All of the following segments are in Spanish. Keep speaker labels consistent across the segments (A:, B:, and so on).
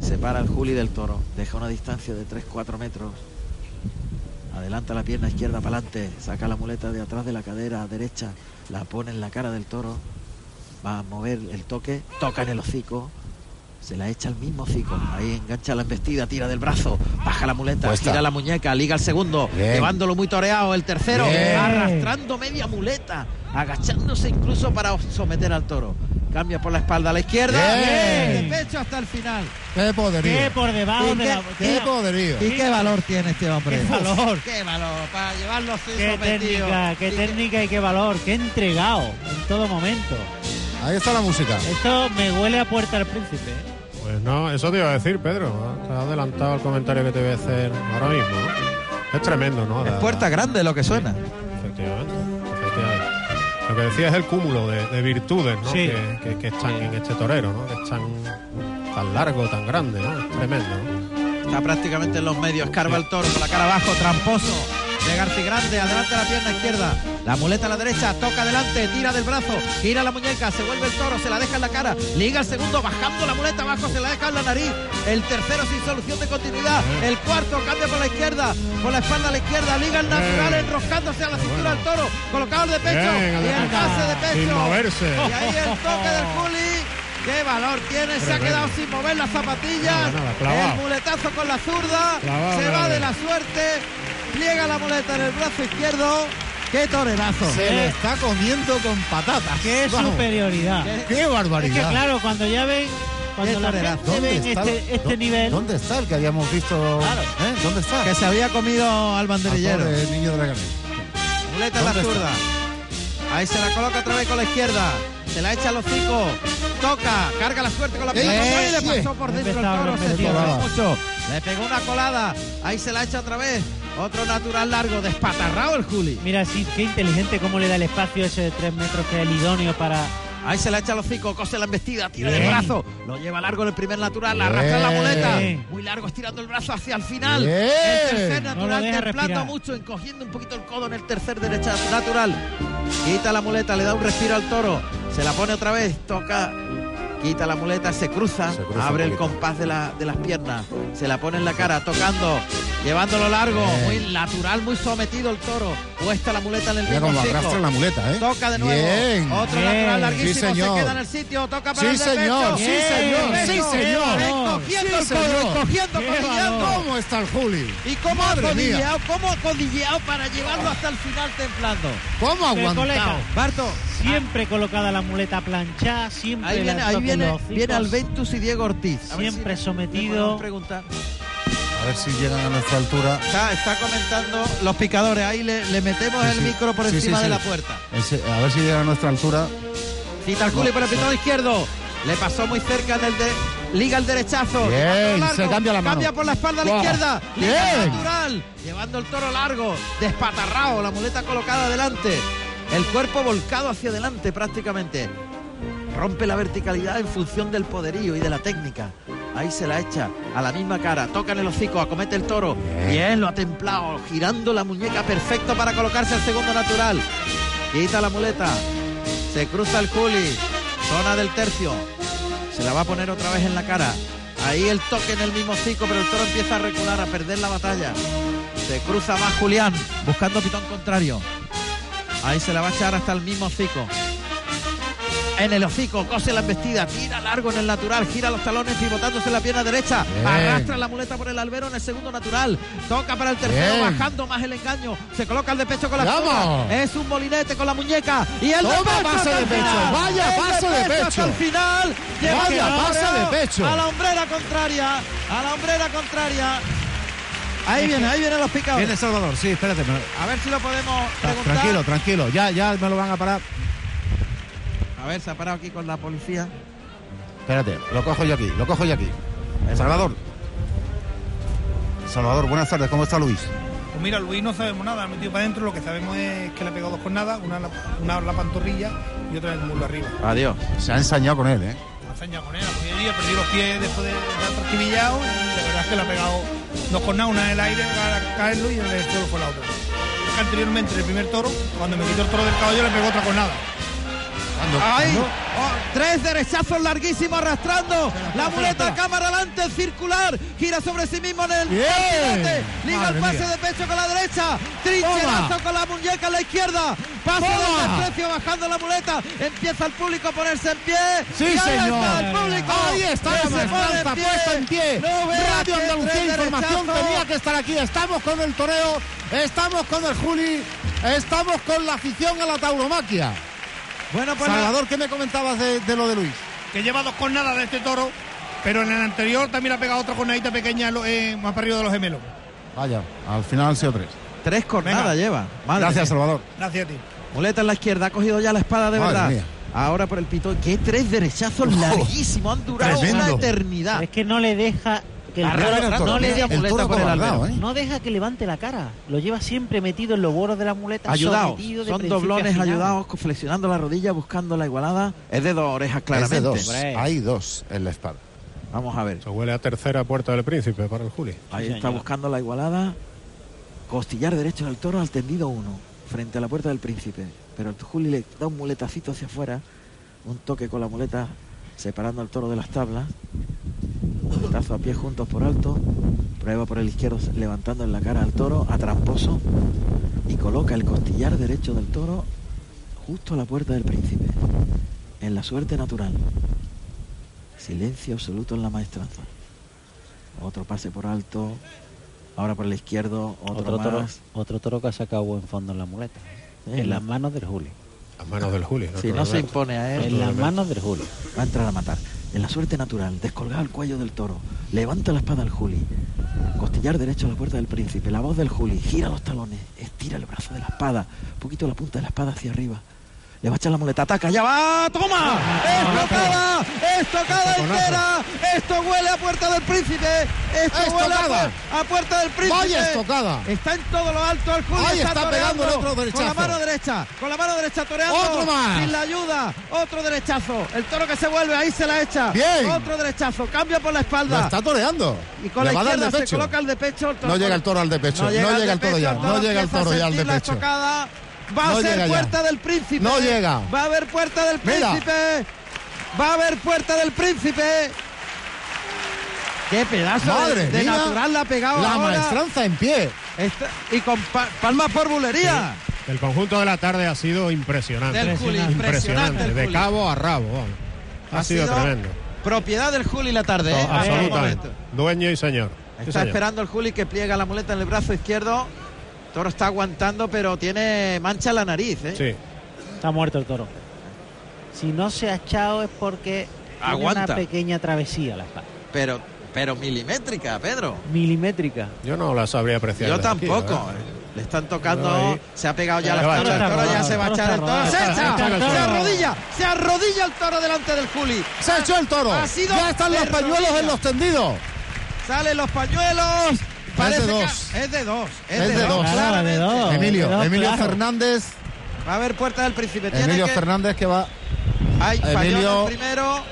A: Separa al Juli del toro. Deja una distancia de 3-4 metros. Adelanta la pierna izquierda para adelante. Saca la muleta de atrás de la cadera derecha. La pone en la cara del toro. Va a mover el toque. Toca en el hocico. Se la echa al mismo hocico. Ahí engancha la embestida, tira del brazo, baja la muleta,
B: Cuesta.
A: gira la muñeca, liga el segundo,
B: Bien.
A: llevándolo muy toreado el tercero,
B: Bien.
A: arrastrando media muleta, agachándose incluso para someter al toro. Cambia por la espalda a la izquierda,
B: Bien.
A: bien, de pecho hasta el final.
B: ¡Qué
C: Que
B: poderío!
C: por debajo
A: ¿Y
C: de
A: qué-
C: la
B: ¡Qué
C: botella.
B: poderío!
A: ¿Y qué valor tiene este hombre?
C: ¡Qué valor!
A: ¡Qué valor! Para llevarlo así
C: Qué
A: sometido.
C: técnica, qué
A: Y que-
C: técnica y qué valor, qué entregado en todo momento.
B: Ahí está la música.
C: Esto me huele a puerta al príncipe. ¿eh?
D: Pues no, eso te iba a decir, Pedro. ¿no? Te has adelantado el comentario que te voy a hacer ahora mismo. ¿no? Es tremendo, ¿no?
A: Es
D: La-
A: puerta grande lo que suena.
D: Efectivamente, efectivamente. Lo que decía es el cúmulo de, de virtudes ¿no?
C: Sí.
D: que, que- que están en este torero, ¿no? que están tan largo, tan grande, ¿no? Es tremendo. ¿no?
A: Está prácticamente en los medios. Escarba el toro con la cara abajo, tramposo. Legarte grande, adelante la pierna izquierda. La muleta a la derecha, toca adelante, tira del brazo, gira la muñeca, se vuelve el toro, se la deja en la cara, liga el segundo, bajando la muleta abajo, se la deja en la nariz. El tercero sin solución de continuidad.
D: Eh.
A: El cuarto cambia por la izquierda, por la espalda a la izquierda, liga el natural, enroscándose a la cintura del toro, colocado el de pecho
D: Eh. Bien,
A: y el
D: adelante.
A: pase de pecho.
D: Sin moverse.
A: Y ahí el toque del Juli. ¡Qué valor tiene! Se ha
D: Tremendo.
A: quedado sin mover las zapatillas.
D: Nada, nada, clavado.
A: El muletazo con la zurda.
D: Clavado,
A: se va
D: clavado.
A: de la suerte. Pliega la muleta en el brazo izquierdo. ¡Qué torerazo! Eh.
B: Se lo está comiendo con patatas.
C: Qué
B: Vamos.
C: superioridad.
B: ¡Qué
C: Es que
B: barbaridad!
C: claro, cuando ya ven, cuando
A: Qué
C: la
A: torerazo.
C: gente ven este,
B: el-
C: este
B: dó-
C: nivel,
B: ¿Dónde está el que habíamos visto?
C: Claro.
B: ¿Eh? ¿Dónde está?
A: Que se había comido al banderillero.
B: El niño de la Galera.
A: Muleta en la
B: ¿Dónde está?
A: zurda. Ahí se la coloca otra vez con la izquierda. Se la echa a los cinco. Toca, carga la suerte con la
B: ¡Eh!
A: pierna. ¡Ay! Le
B: Sí.
A: pasó por dentro el
C: Empezaba,
A: toro, se
C: empezaba.
A: tiró mucho. Le pegó una colada. Ahí se la echa otra vez. Otro natural largo, despatarrado el Juli.
C: mira sí, qué inteligente cómo le da el espacio ese de tres metros que es el idóneo para...
A: Ahí se la echa los hocico, cose la embestida, tira
B: Eh.
C: Bien.
A: el brazo, lo lleva largo en el primer natural,
B: Bien.
A: arrastra la muleta, muy largo estirando el brazo hacia el final.
B: Bien.
A: El tercer
B: No
C: Eh, lo
A: natural,
C: deja
A: templando
C: respirar.
A: mucho, encogiendo un poquito el codo en el tercer derecha natural. Quita la muleta, le da un respiro al toro, se la pone otra vez, toca, quita la muleta, se cruza,
B: Se cruza
A: abre
B: un
A: el
B: poquito.
A: compás de, la- de las piernas, se la pone en la cara, tocando, llevándolo largo,
B: Bien.
A: muy natural, muy sometido el toro, puesta la muleta en el
B: Mira
A: mismo
B: cómo
A: hocico.
B: arrastra la muleta, ¿eh?
A: Toca de nuevo.
B: Bien.
A: Otro
C: Bien.
A: lateral larguísimo.
B: Sí, señor.
A: Se queda en el sitio. Toca para
B: Sí,
A: el de
B: señor.
A: pecho.
B: Sí,
C: Bien.
B: señor.
A: Bien.
B: Sí, señor.
C: Bien.
A: Encogiendo
B: Sí,
A: el codo,
B: señor.
A: encogiendo,
C: Qué
A: codilleando.
C: valor.
B: ¿Cómo está el Juli?
A: Y cómo ha
B: Madre mía.
A: codilleado, cómo ha codilleado para llevarlo hasta el final templando.
B: ¿Cómo ha
C: Pero,
B: aguantado?
C: colega.
A: Barto,
C: Siempre colocada la muleta planchada, siempre...
A: ahí
C: la
A: viene, ahí
C: toca en
A: viene,
C: los hocicos,
A: viene Alventus y Diego Ortiz. A ver
C: Siempre
A: si le podemos
C: sometido.
A: preguntar.
B: A ver si llegan a nuestra altura.
A: Está, está comentando los picadores. Ahí le, le metemos
B: Sí,
A: el
B: sí.
A: micro por
B: Sí, sí,
A: encima
B: sí.
A: de la puerta.
B: Ese- A ver si llegan a nuestra altura.
A: Quita el culo y por el pitón izquierdo. Le pasó muy cerca del de. Liga el derechazo.
B: Bien,
A: llevando el largo,
B: se cambia la mano.
A: Cambia por la espalda a la
B: Guau.
A: izquierda. Liga el
B: Bien.
A: natural. Llevando el toro largo. Despatarrado. La muleta colocada adelante. El cuerpo volcado hacia adelante prácticamente. Rompe la verticalidad en función del poderío y de la técnica. Ahí se la echa a la misma cara. Toca en el hocico, acomete el toro.
B: Bien.
A: Bien, lo ha templado. Girando la muñeca perfecto para colocarse al segundo natural. Quita la muleta. Se cruza el culi. Zona del tercio. Se la va a poner otra vez en la cara. Ahí el toque en el mismo hocico, pero el toro empieza a recular, a perder la batalla. Se cruza más Julián, buscando pitón contrario. Ahí se la va a echar hasta el mismo hocico. En el hocico, cose la embestida, tira largo en el natural, gira los talones pivotándose en la pierna derecha,
B: Bien.
A: arrastra la muleta por el albero en el segundo natural, toca para el tercero,
B: Bien.
A: bajando más el engaño, se coloca el de pecho con la
B: ¡Vamos!
A: zurda, es un molinete con la muñeca y el
B: Toma,
A: de pecho
B: paso
A: hasta
B: de
A: el
B: pecho,
A: final.
B: vaya
A: El
B: paso de
A: hasta
B: pecho.
A: el final,
B: Vaya
A: llevando al
B: paso de
A: torero
B: pecho.
A: a la hombrera contraria, a la hombrera contraria. Ahí viene, ahí vienen los picadores.
E: Viene Salvador, sí, espérate. me-
A: A ver si lo podemos preguntar.
E: Tranquilo, tranquilo. Ya, ya me lo van a parar.
A: A ver, se ha parado aquí con la policía.
E: Espérate, lo cojo yo aquí, lo cojo yo aquí. Eh, Salvador. Salvador, buenas tardes, ¿cómo está Luis?
F: Pues mira, Luis no sabemos nada, ha metido para adentro, lo que sabemos es que le ha pegado dos jornadas, una en la, una en la pantorrilla y otra en el muslo arriba.
A: Adiós.
E: Se ha ensañado con él, ¿eh?
F: La hazaña con él, ha cogido día, perdió los pies después de estar trasquivillado y la verdad es que le ha pegado dos jornadas, una en el aire para caerlo y en el suelo fue la otra. Es que Anteriormente, en el primer toro, cuando me quitó el toro del caballo, le pegó otra jornada.
E: ¿Cuándo?
A: Ahí.
E: ¿Cuándo?
A: Oh, tres derechazos larguísimos arrastrando. La muleta, cámara adelante, circular. Gira sobre sí mismo en el
D: Bien.
A: pivote. Liga el
D: Madre
A: pase
D: mía.
A: de pecho con la derecha. Trincherazo
D: Toma.
A: con la muñeca a la izquierda. Paso
D: Toma.
A: del desprecio bajando la muleta. Empieza el público a ponerse en pie.
D: Sí,
A: y ahí
D: señor.
A: está el público.
E: Ahí está
A: que
E: la
A: se pone
E: maestranza
A: en pie.
E: puesta en pie.
A: No vea
E: Radio
A: que
E: Andalucía
A: tres
E: Información
A: derechazos.
E: tenía que estar aquí. Estamos con el toreo, estamos con el Juli, estamos con la afición a la tauromaquia.
A: Bueno, pues la-
E: Salvador, ¿qué me comentabas de, de lo de Luis?
F: que lleva dos cornadas de este toro, pero en el anterior también ha pegado otra cornadita pequeña en lo- eh, más para arriba de los gemelos.
E: Vaya, al final han sido tres.
A: tres cornadas
F: Venga.
A: lleva. Madre
E: Gracias,
A: mía.
E: Salvador.
F: Gracias a ti.
A: Muleta en la izquierda, ha cogido ya la espada de
E: Madre
A: verdad.
E: mía. Oh,
A: Ahora por el pitón. Qué tres derechazos larguísimos. Han durado una
E: tremendo.
A: eternidad.
C: Es que no le deja que el
E: Arranca
C: toro-
E: el toro.
C: no le deja-
A: muleta
E: El toro
A: por el
E: cobardado,
A: albero.
E: ¿eh?
C: no deja que levante la cara. Lo lleva siempre metido en los boros de la muleta.
A: Ayudados,
C: sometido de
A: son
C: principio a
A: doblones
C: final.
A: ayudados, flexionando la rodilla, buscando la igualada. Es de dos orejas, claramente.
E: Es de dos.
C: hombre.
E: Hay dos en la espada.
A: Vamos a ver.
D: Se huele a tercera puerta del príncipe para el Juli.
A: Ahí
C: Sí,
A: está
C: señor.
A: buscando la igualada. Costillar derecho del toro al tendido 1, frente a la puerta del príncipe. Pero el Juli le da un muletacito hacia afuera, un toque con la muleta, separando al toro de las tablas. Muletazo a pie juntos por alto. Prueba por el izquierdo, levantando en la cara al toro, a tramposo. Y coloca el costillar derecho del toro justo a la puerta del príncipe. En la suerte natural. Silencio absoluto en la maestranza. Otro pase por alto. Ahora por el izquierdo, otro,
C: Otro toro,
A: más.
C: otro toro que ha sacado buen fondo en la muleta.
A: Eh,
C: En
A: la-
C: las manos del Juli.
D: Las manos del Juli.
A: Si no se impone a él,
C: En las manos del Juli.
A: va a entrar a matar. En la suerte natural, descolgado el cuello del toro, levanta la espada al Juli, costillar derecho a la puerta del príncipe, la voz del Juli, gira los talones, estira el brazo de la espada, un poquito la punta de la espada hacia arriba. Le va a echar la muleta, ataca, ya va, toma, estocada, estocada
D: Estoconazo.
A: entera, esto huele a puerta del príncipe, esto huele a,
E: Ah, Estocada.
A: pu- a puerta del príncipe.
E: Vaya estocada.
A: Está en todo lo alto el Juli.
E: Ahí está pegando el
A: toreando
E: otro
A: Con la
E: derechazo.
A: mano derecha, con la mano derecha toreando.
E: Otro más.
A: Sin la ayuda. Otro derechazo. El toro que se vuelve, ahí se la echa.
E: Bien.
A: Otro derechazo. Cambia por la
E: Lo
A: espalda.
E: está toreando.
A: Y con
E: Le
A: la
E: va a dar
A: izquierda
E: de
A: se
E: pecho.
A: coloca el de pecho. El toro
E: No llega el toro al de pecho. No llega el toro ya. No llega el toro ya al de pecho.
A: Tocada. Va
E: No
A: a
E: llega
A: ser
E: ya.
A: puerta del príncipe.
E: No llega.
A: Va a haber puerta del
E: Mira.
A: príncipe. Va a haber puerta del príncipe. Qué pedazo de-
E: Madre
A: de,
E: mía.
A: natural la ha pegado
E: La
A: ahora.
E: maestranza en pie.
A: Esta- y con pa- palmas por bulería.
D: El conjunto de la tarde ha sido impresionante.
A: Del Juli, impresionante el
D: De
A: Juli.
D: cabo a rabo. vamos. Ha, sido, tremendo.
A: Propiedad del Juli la tarde, ¿eh? Hasta el
D: Absolutamente.
A: momento.
D: Dueño y señor. Sí,
A: Está
D: señor.
A: esperando el Juli que pliega la muleta en el brazo izquierdo. Toro está aguantando, pero tiene mancha en la nariz, ¿eh?
D: Sí.
C: Está muerto el toro. Si no se ha echado es porque tiene
A: Aguanta.
C: una pequeña travesía la espada.
A: Pero, pero milimétrica, Pedro.
C: Milimétrica.
D: Yo no la sabría apreciar.
A: Yo
D: de aquí,
A: tampoco.
D: ¿eh?
A: Le están tocando,
D: Ahí.
A: se ha pegado ya
D: Se
A: la
D: va a
A: toro, el
D: echar.
A: toro ya se va a
C: Está
A: echar el toro.
C: rodado.
A: ¡Se
D: Está
A: echa!
D: rodado.
A: Se arrodilla, se arrodilla el toro delante del Juli.
E: Se ha hecho el toro.
A: Ha sido
E: Ya están los
A: de
E: pañuelos
A: rodillas.
E: en los tendidos.
A: Salen los pañuelos. Parece que-
E: dos.
A: Es de dos. Es,
E: Es de dos.
C: Claro, de dos.
A: claramente.
E: Emilio,
C: claro,
E: Emilio
C: claro.
E: Fernández.
A: Va a haber puerta del príncipe. Tiene
E: Emilio
A: que...
E: Fernández que va.
A: Hay falló en el
E: Emilio.
A: primero.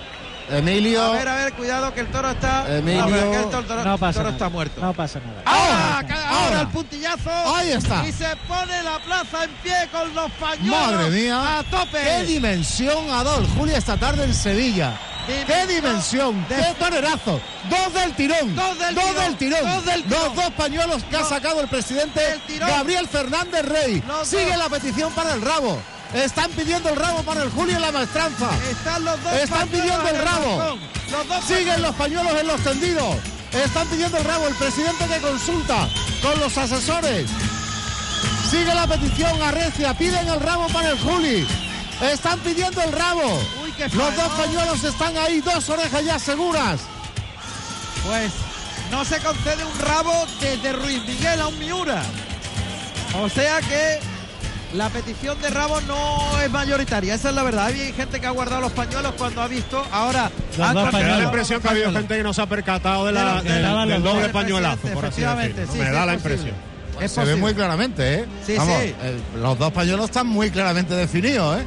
A: A
E: Emilio.
A: ver, a ver, cuidado que el toro está.
E: Emilio.
A: No, pero que el toro,
C: No
A: el
C: pasa
A: toro
C: nada.
A: está muerto.
C: No pasa nada.
A: Ahora,
E: Ahora,
A: ca- ahora
E: ahora.
A: el puntillazo.
E: Ahí está.
A: Y se pone la plaza en pie con los pañuelos.
E: Madre mía.
A: A tope.
E: ¡Qué dimensión ha dado el Juli esta tarde en Sevilla! ¡Qué
A: Dimensión
E: dimensión!
A: de-
E: ¡Qué torerazo! ¡Dos del tirón!
A: Dos del tirón,
E: tirón!
A: dos del tirón.
E: Los dos pañuelos que ha
A: Dos
E: sacado el presidente
A: del tirón.
E: Gabriel Fernández Rey.
A: Los
E: Sigue
A: dos.
E: la petición para el rabo. Están pidiendo el rabo para el Juli en la maestranza.
A: Están los dos.
E: Están
A: pañuelos
E: pidiendo el
A: en
E: rabo.
A: balcón. Los dos
E: Siguen los pañuelos en los tendidos. Están pidiendo el rabo el presidente que consulta con los asesores. Sigue la petición a Recia. Piden el rabo para el Juli. Están pidiendo el rabo.
A: Uy, qué
E: Los dos
A: fregón.
E: pañuelos están ahí, dos orejas ya seguras.
A: Pues no se concede un rabo desde Ruiz Miguel a un Miura. O sea que la petición de rabo no es mayoritaria, esa es la verdad. Hay gente que ha guardado los pañuelos cuando ha visto. Ahora
C: Los
A: han
C: dos
D: Me da
A: considerado
D: la
C: pañuelos.
D: impresión que ha habido gente que no se ha percatado de la,
A: De lo-
D: del-
C: de la-
D: del doble
A: del
D: pañuelazo, por así
A: efectivamente,
D: decirlo.
A: sí,
D: Me
A: sí,
D: da
A: es
D: la
A: posible.
D: impresión.
A: Es
E: Se ve
A: posible.
E: muy claramente, ¿eh?
A: Pues Sí, sí.
E: eh, los dos pañuelos están muy claramente definidos, ¿eh?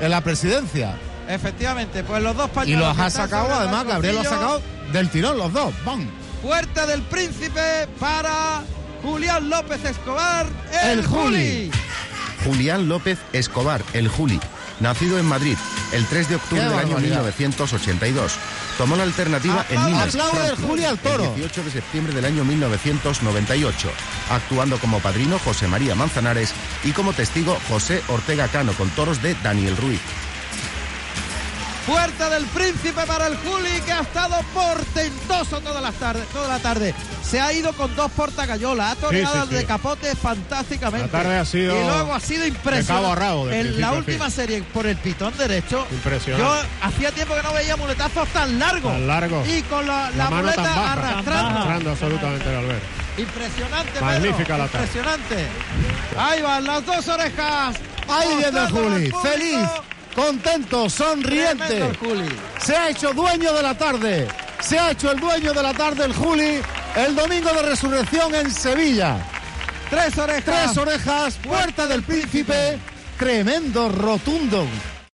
E: En la presidencia.
A: Efectivamente, pues los dos
E: Y
A: pañuelos.
E: los
A: que
E: ha
A: están
E: sacado,
A: sobre el
E: además, Gabriel los ha
A: balconcillo.
E: sacado del tirón, los dos. ¡Bam!
A: Puerta del Príncipe para Julián López Escobar. El,
E: El Juli.
A: Juli.
G: Julián López Escobar, el Juli, nacido en Madrid el 3 de octubre
E: Qué
G: del año
E: barbaridad.
G: 1982. Tomó la alternativa en Nimes,
E: aplaude
G: Francia,
E: Julia al Toro.
G: el 18 de septiembre del año 1998, actuando como padrino José María Manzanares y como testigo José Ortega Cano con toros de Daniel Ruiz.
H: Puerta del Príncipe para el Juli, que ha estado portentoso toda la tarde. Toda la tarde. Se ha ido con dos portagallolas, ha toreado
D: sí,
H: al
D: sí.
H: de capote fantásticamente.
D: La tarde ha sido
H: Y luego ha sido impresionante.
D: de cabo a rabo, de
H: en
D: principio
H: la
D: a fin.
H: última serie, por el pitón derecho,
D: Impresionante.
H: yo hacía tiempo que no veía muletazos tan largos.
D: Tan largos.
H: Y con la,
D: La
H: la
D: mano
H: muleta
D: tan baja.
H: arrastrando.
D: Arrastrando absolutamente el Albert.
H: Impresionante, Pedro.
D: Magnífica la tarde.
H: Impresionante. Ahí van las dos orejas.
E: Ahí viene el
H: Mostrando al
E: Juli,
H: público.
E: feliz, contento,
H: Tremendo
E: sonriente.
H: el Juli.
E: Se ha hecho dueño de la tarde. Se ha hecho el dueño de la tarde el Juli el domingo de resurrección en Sevilla.
H: Tres orejas.
E: Tres orejas, puerta del príncipe, tremendo, rotundo,